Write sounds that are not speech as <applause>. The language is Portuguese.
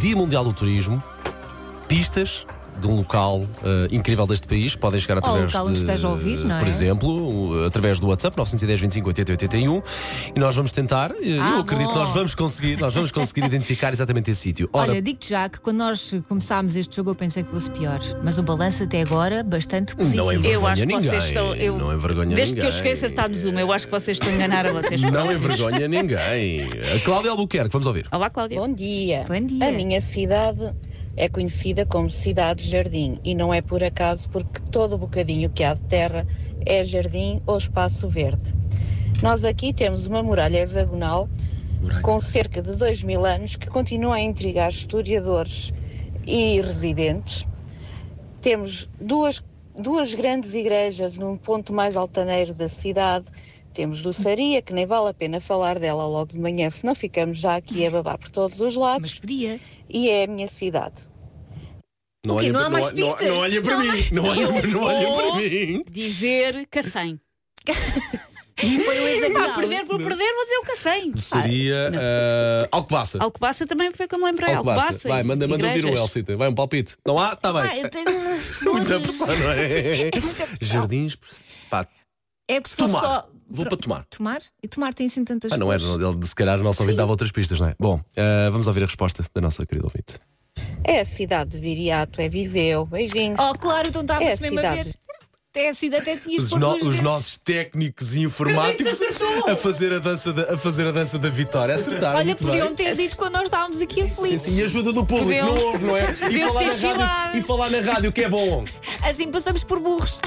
Dia Mundial do Turismo, pistas de um local eh, incrível deste país, podem chegar através local de, onde esteja a ouvir, não por é? exemplo, o- através do WhatsApp 910 25 80 81 e nós vamos tentar, eh, Ah, eu acredito que bom. nós vamos conseguir, nós vamos <laughs> conseguir identificar exatamente esse sítio. Ora, Olha, digo-te já que quando nós começámos este jogo eu pensei que fosse pior, mas o balanço até agora bastante positivo. não é envergonha Eu acho que ninguém. vocês estão. Eu, não envergonha desde ninguém. que eu cheguei acertámos uma, eu acho que vocês estão a enganar a vocês. Não envergonha ninguém. A Cláudia Albuquerque, vamos ouvir. Olá, Cláudia. Bom dia. Bom dia. A minha cidade é conhecida como Cidade Jardim e não é por acaso porque todo bocadinho que há de terra é jardim ou espaço verde. Nós aqui temos uma muralha hexagonal com cerca de dois mil anos que continua a intrigar historiadores e residentes. Temos duas, duas grandes igrejas num ponto mais altaneiro da cidade. Temos doçaria, que nem vale a pena falar dela logo de manhã, se não ficamos já aqui a babar por todos os lados. Mas podia. E é a minha cidade. O quê? olha Não há para- mais não- pistas? Não olha para Não há Oh. mim. Não olha não olha Vou para mim. Dizer Cacém. Foi um o Para hexagonal. perder, por perder, vou dizer o Cacém. Seria ah, Alcobaça. Alcobaça também foi como lembrei. Alcobaça. Vai, e manda, manda ouvir igrejas. o Elsita. Vai, um palpite. Não há? Está Ah, bem. eu tenho Muita flores. pressão, não é? muita pressão. <laughs> Jardins. Pá, É porque se fosse tomar. só Vou para tomar. tomar e tomar tem sim tantas Ah, não era. flores. Ele, se calhar, o nosso ouvinte dava outras pistas, não é? Bom, ah, vamos ouvir a resposta da nossa querida ouvinte. É a cidade de Viriato, é Viseu. Beijinhos. Oh, claro, então estava É se mesmo a cidade. ver. Até a cidade até tinhas Os, por no- duas os vezes. nossos técnicos e informáticos a fazer a dança da, a fazer a dança da vitória. Acertaram. Olha, muito podiam bem. ter dito quando nós estávamos aqui Sim, aflitos. sim, e ajuda do público, Podiam- não houve, não é? E Podiam falar, ter na rádio, chilado. e falar na rádio, que é bom. Assim passamos por burros.